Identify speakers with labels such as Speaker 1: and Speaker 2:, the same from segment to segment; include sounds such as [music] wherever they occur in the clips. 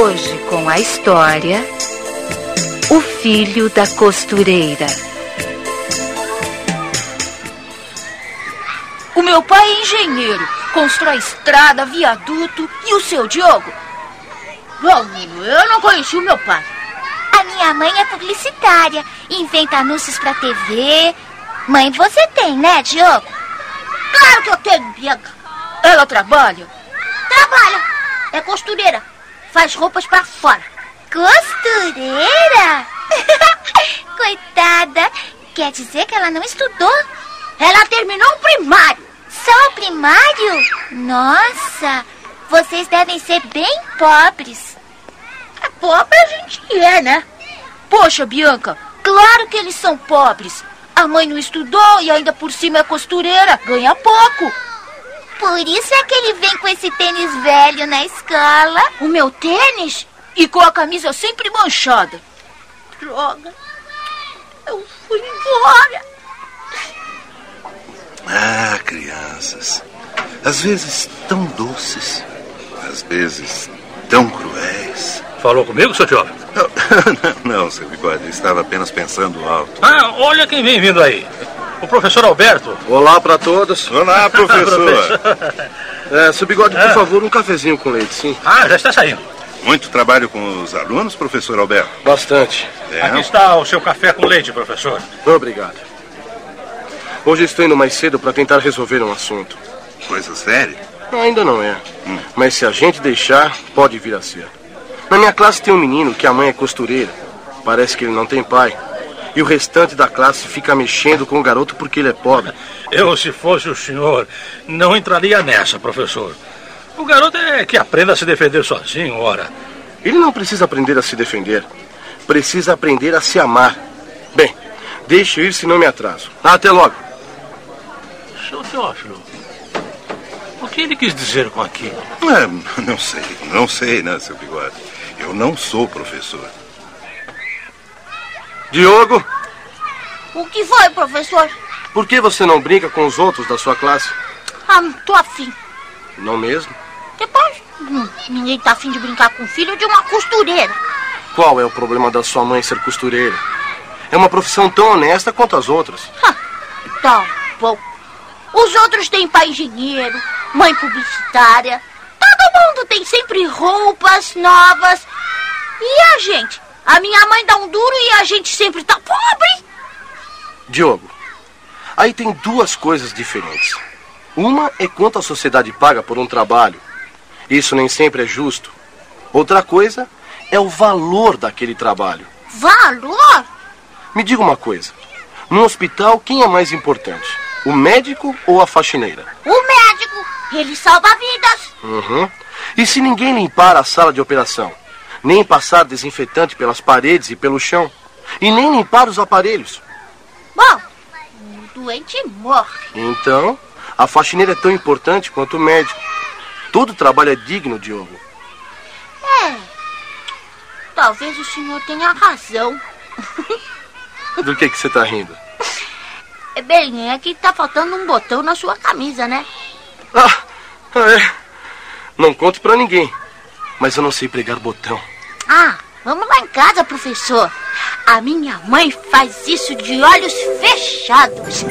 Speaker 1: Hoje com a história O Filho da Costureira.
Speaker 2: O meu pai é engenheiro, constrói estrada, viaduto e o seu Diogo? Bom, eu não conheci o meu pai.
Speaker 3: A minha mãe é publicitária, inventa anúncios pra TV. Mãe, você tem, né, Diogo?
Speaker 2: Claro que eu tenho, Bianca. Ela trabalha?
Speaker 3: Trabalha.
Speaker 2: É costureira. Faz roupas pra fora.
Speaker 3: Costureira? [laughs] Coitada. Quer dizer que ela não estudou?
Speaker 2: Ela terminou o primário.
Speaker 3: Só o primário? Nossa, vocês devem ser bem pobres.
Speaker 2: É pobre a gente é, né? Poxa, Bianca, claro que eles são pobres. A mãe não estudou e ainda por cima é costureira, ganha pouco.
Speaker 3: Por isso é que ele vem com esse tênis velho na escola.
Speaker 2: O meu tênis? E com a camisa sempre manchada. Droga, eu fui embora.
Speaker 4: Ah, crianças. Às vezes tão doces, às vezes tão cruéis.
Speaker 5: Falou comigo, seu jovem?
Speaker 4: Não, [laughs] não, seu bigode, eu estava apenas pensando alto.
Speaker 5: Ah, olha quem vem vindo aí. O professor Alberto.
Speaker 6: Olá para todos.
Speaker 4: Olá, professor.
Speaker 6: É, seu bigode, por favor, um cafezinho com leite, sim.
Speaker 5: Ah, já está saindo.
Speaker 4: Muito trabalho com os alunos, professor Alberto?
Speaker 6: Bastante.
Speaker 4: É.
Speaker 5: Aqui está o seu café com leite, professor.
Speaker 6: Obrigado. Hoje estou indo mais cedo para tentar resolver um assunto.
Speaker 4: Coisa séria?
Speaker 6: Ainda não é. Mas se a gente deixar, pode vir a ser. Na minha classe tem um menino que a mãe é costureira. Parece que ele não tem pai. E o restante da classe fica mexendo com o garoto porque ele é pobre.
Speaker 5: Eu, se fosse o senhor, não entraria nessa, professor. O garoto é que aprenda a se defender sozinho, ora.
Speaker 6: Ele não precisa aprender a se defender. Precisa aprender a se amar. Bem, deixe eu ir se não me atraso. Até logo.
Speaker 5: Seu Teófilo, o que ele quis dizer com aquilo?
Speaker 4: É, não sei, não sei, né, seu bigode? Eu não sou professor.
Speaker 6: Diogo,
Speaker 2: O que foi, professor?
Speaker 6: por que você não brinca com os outros da sua classe?
Speaker 2: Ah, não tô afim.
Speaker 6: Não mesmo?
Speaker 2: Depois, hum, ninguém tá afim de brincar com o filho de uma costureira.
Speaker 6: Qual é o problema da sua mãe ser costureira? É uma profissão tão honesta quanto as outras.
Speaker 2: Ha, tá bom. Os outros têm pai engenheiro, mãe publicitária. Todo mundo tem sempre roupas novas. E a gente? A minha mãe dá um duro e a gente sempre tá pobre.
Speaker 6: Diogo, aí tem duas coisas diferentes. Uma é quanto a sociedade paga por um trabalho. Isso nem sempre é justo. Outra coisa é o valor daquele trabalho.
Speaker 2: Valor?
Speaker 6: Me diga uma coisa: no hospital, quem é mais importante? O médico ou a faxineira?
Speaker 2: O médico, ele salva vidas.
Speaker 6: Uhum. E se ninguém limpar a sala de operação? Nem passar desinfetante pelas paredes e pelo chão? E nem limpar os aparelhos?
Speaker 2: Bom, o doente morre.
Speaker 6: Então, a faxineira é tão importante quanto o médico. Todo trabalho é digno, Diogo.
Speaker 2: É. Talvez o senhor tenha razão.
Speaker 6: Do que, que você está rindo?
Speaker 2: É Bem, é que tá faltando um botão na sua camisa, né?
Speaker 6: Ah, é. Não conto pra ninguém. Mas eu não sei pregar botão.
Speaker 2: Ah, vamos lá em casa, professor. A minha mãe faz isso de olhos fechados.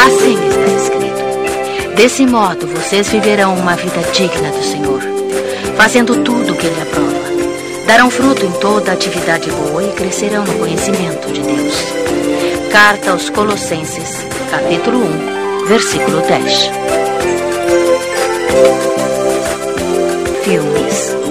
Speaker 1: Assim está escrito. Desse modo vocês viverão uma vida digna do Senhor, fazendo tudo o que Ele aprova. Darão fruto em toda atividade boa e crescerão no conhecimento de Deus. Carta aos Colossenses, capítulo 1, versículo 10. Filmes.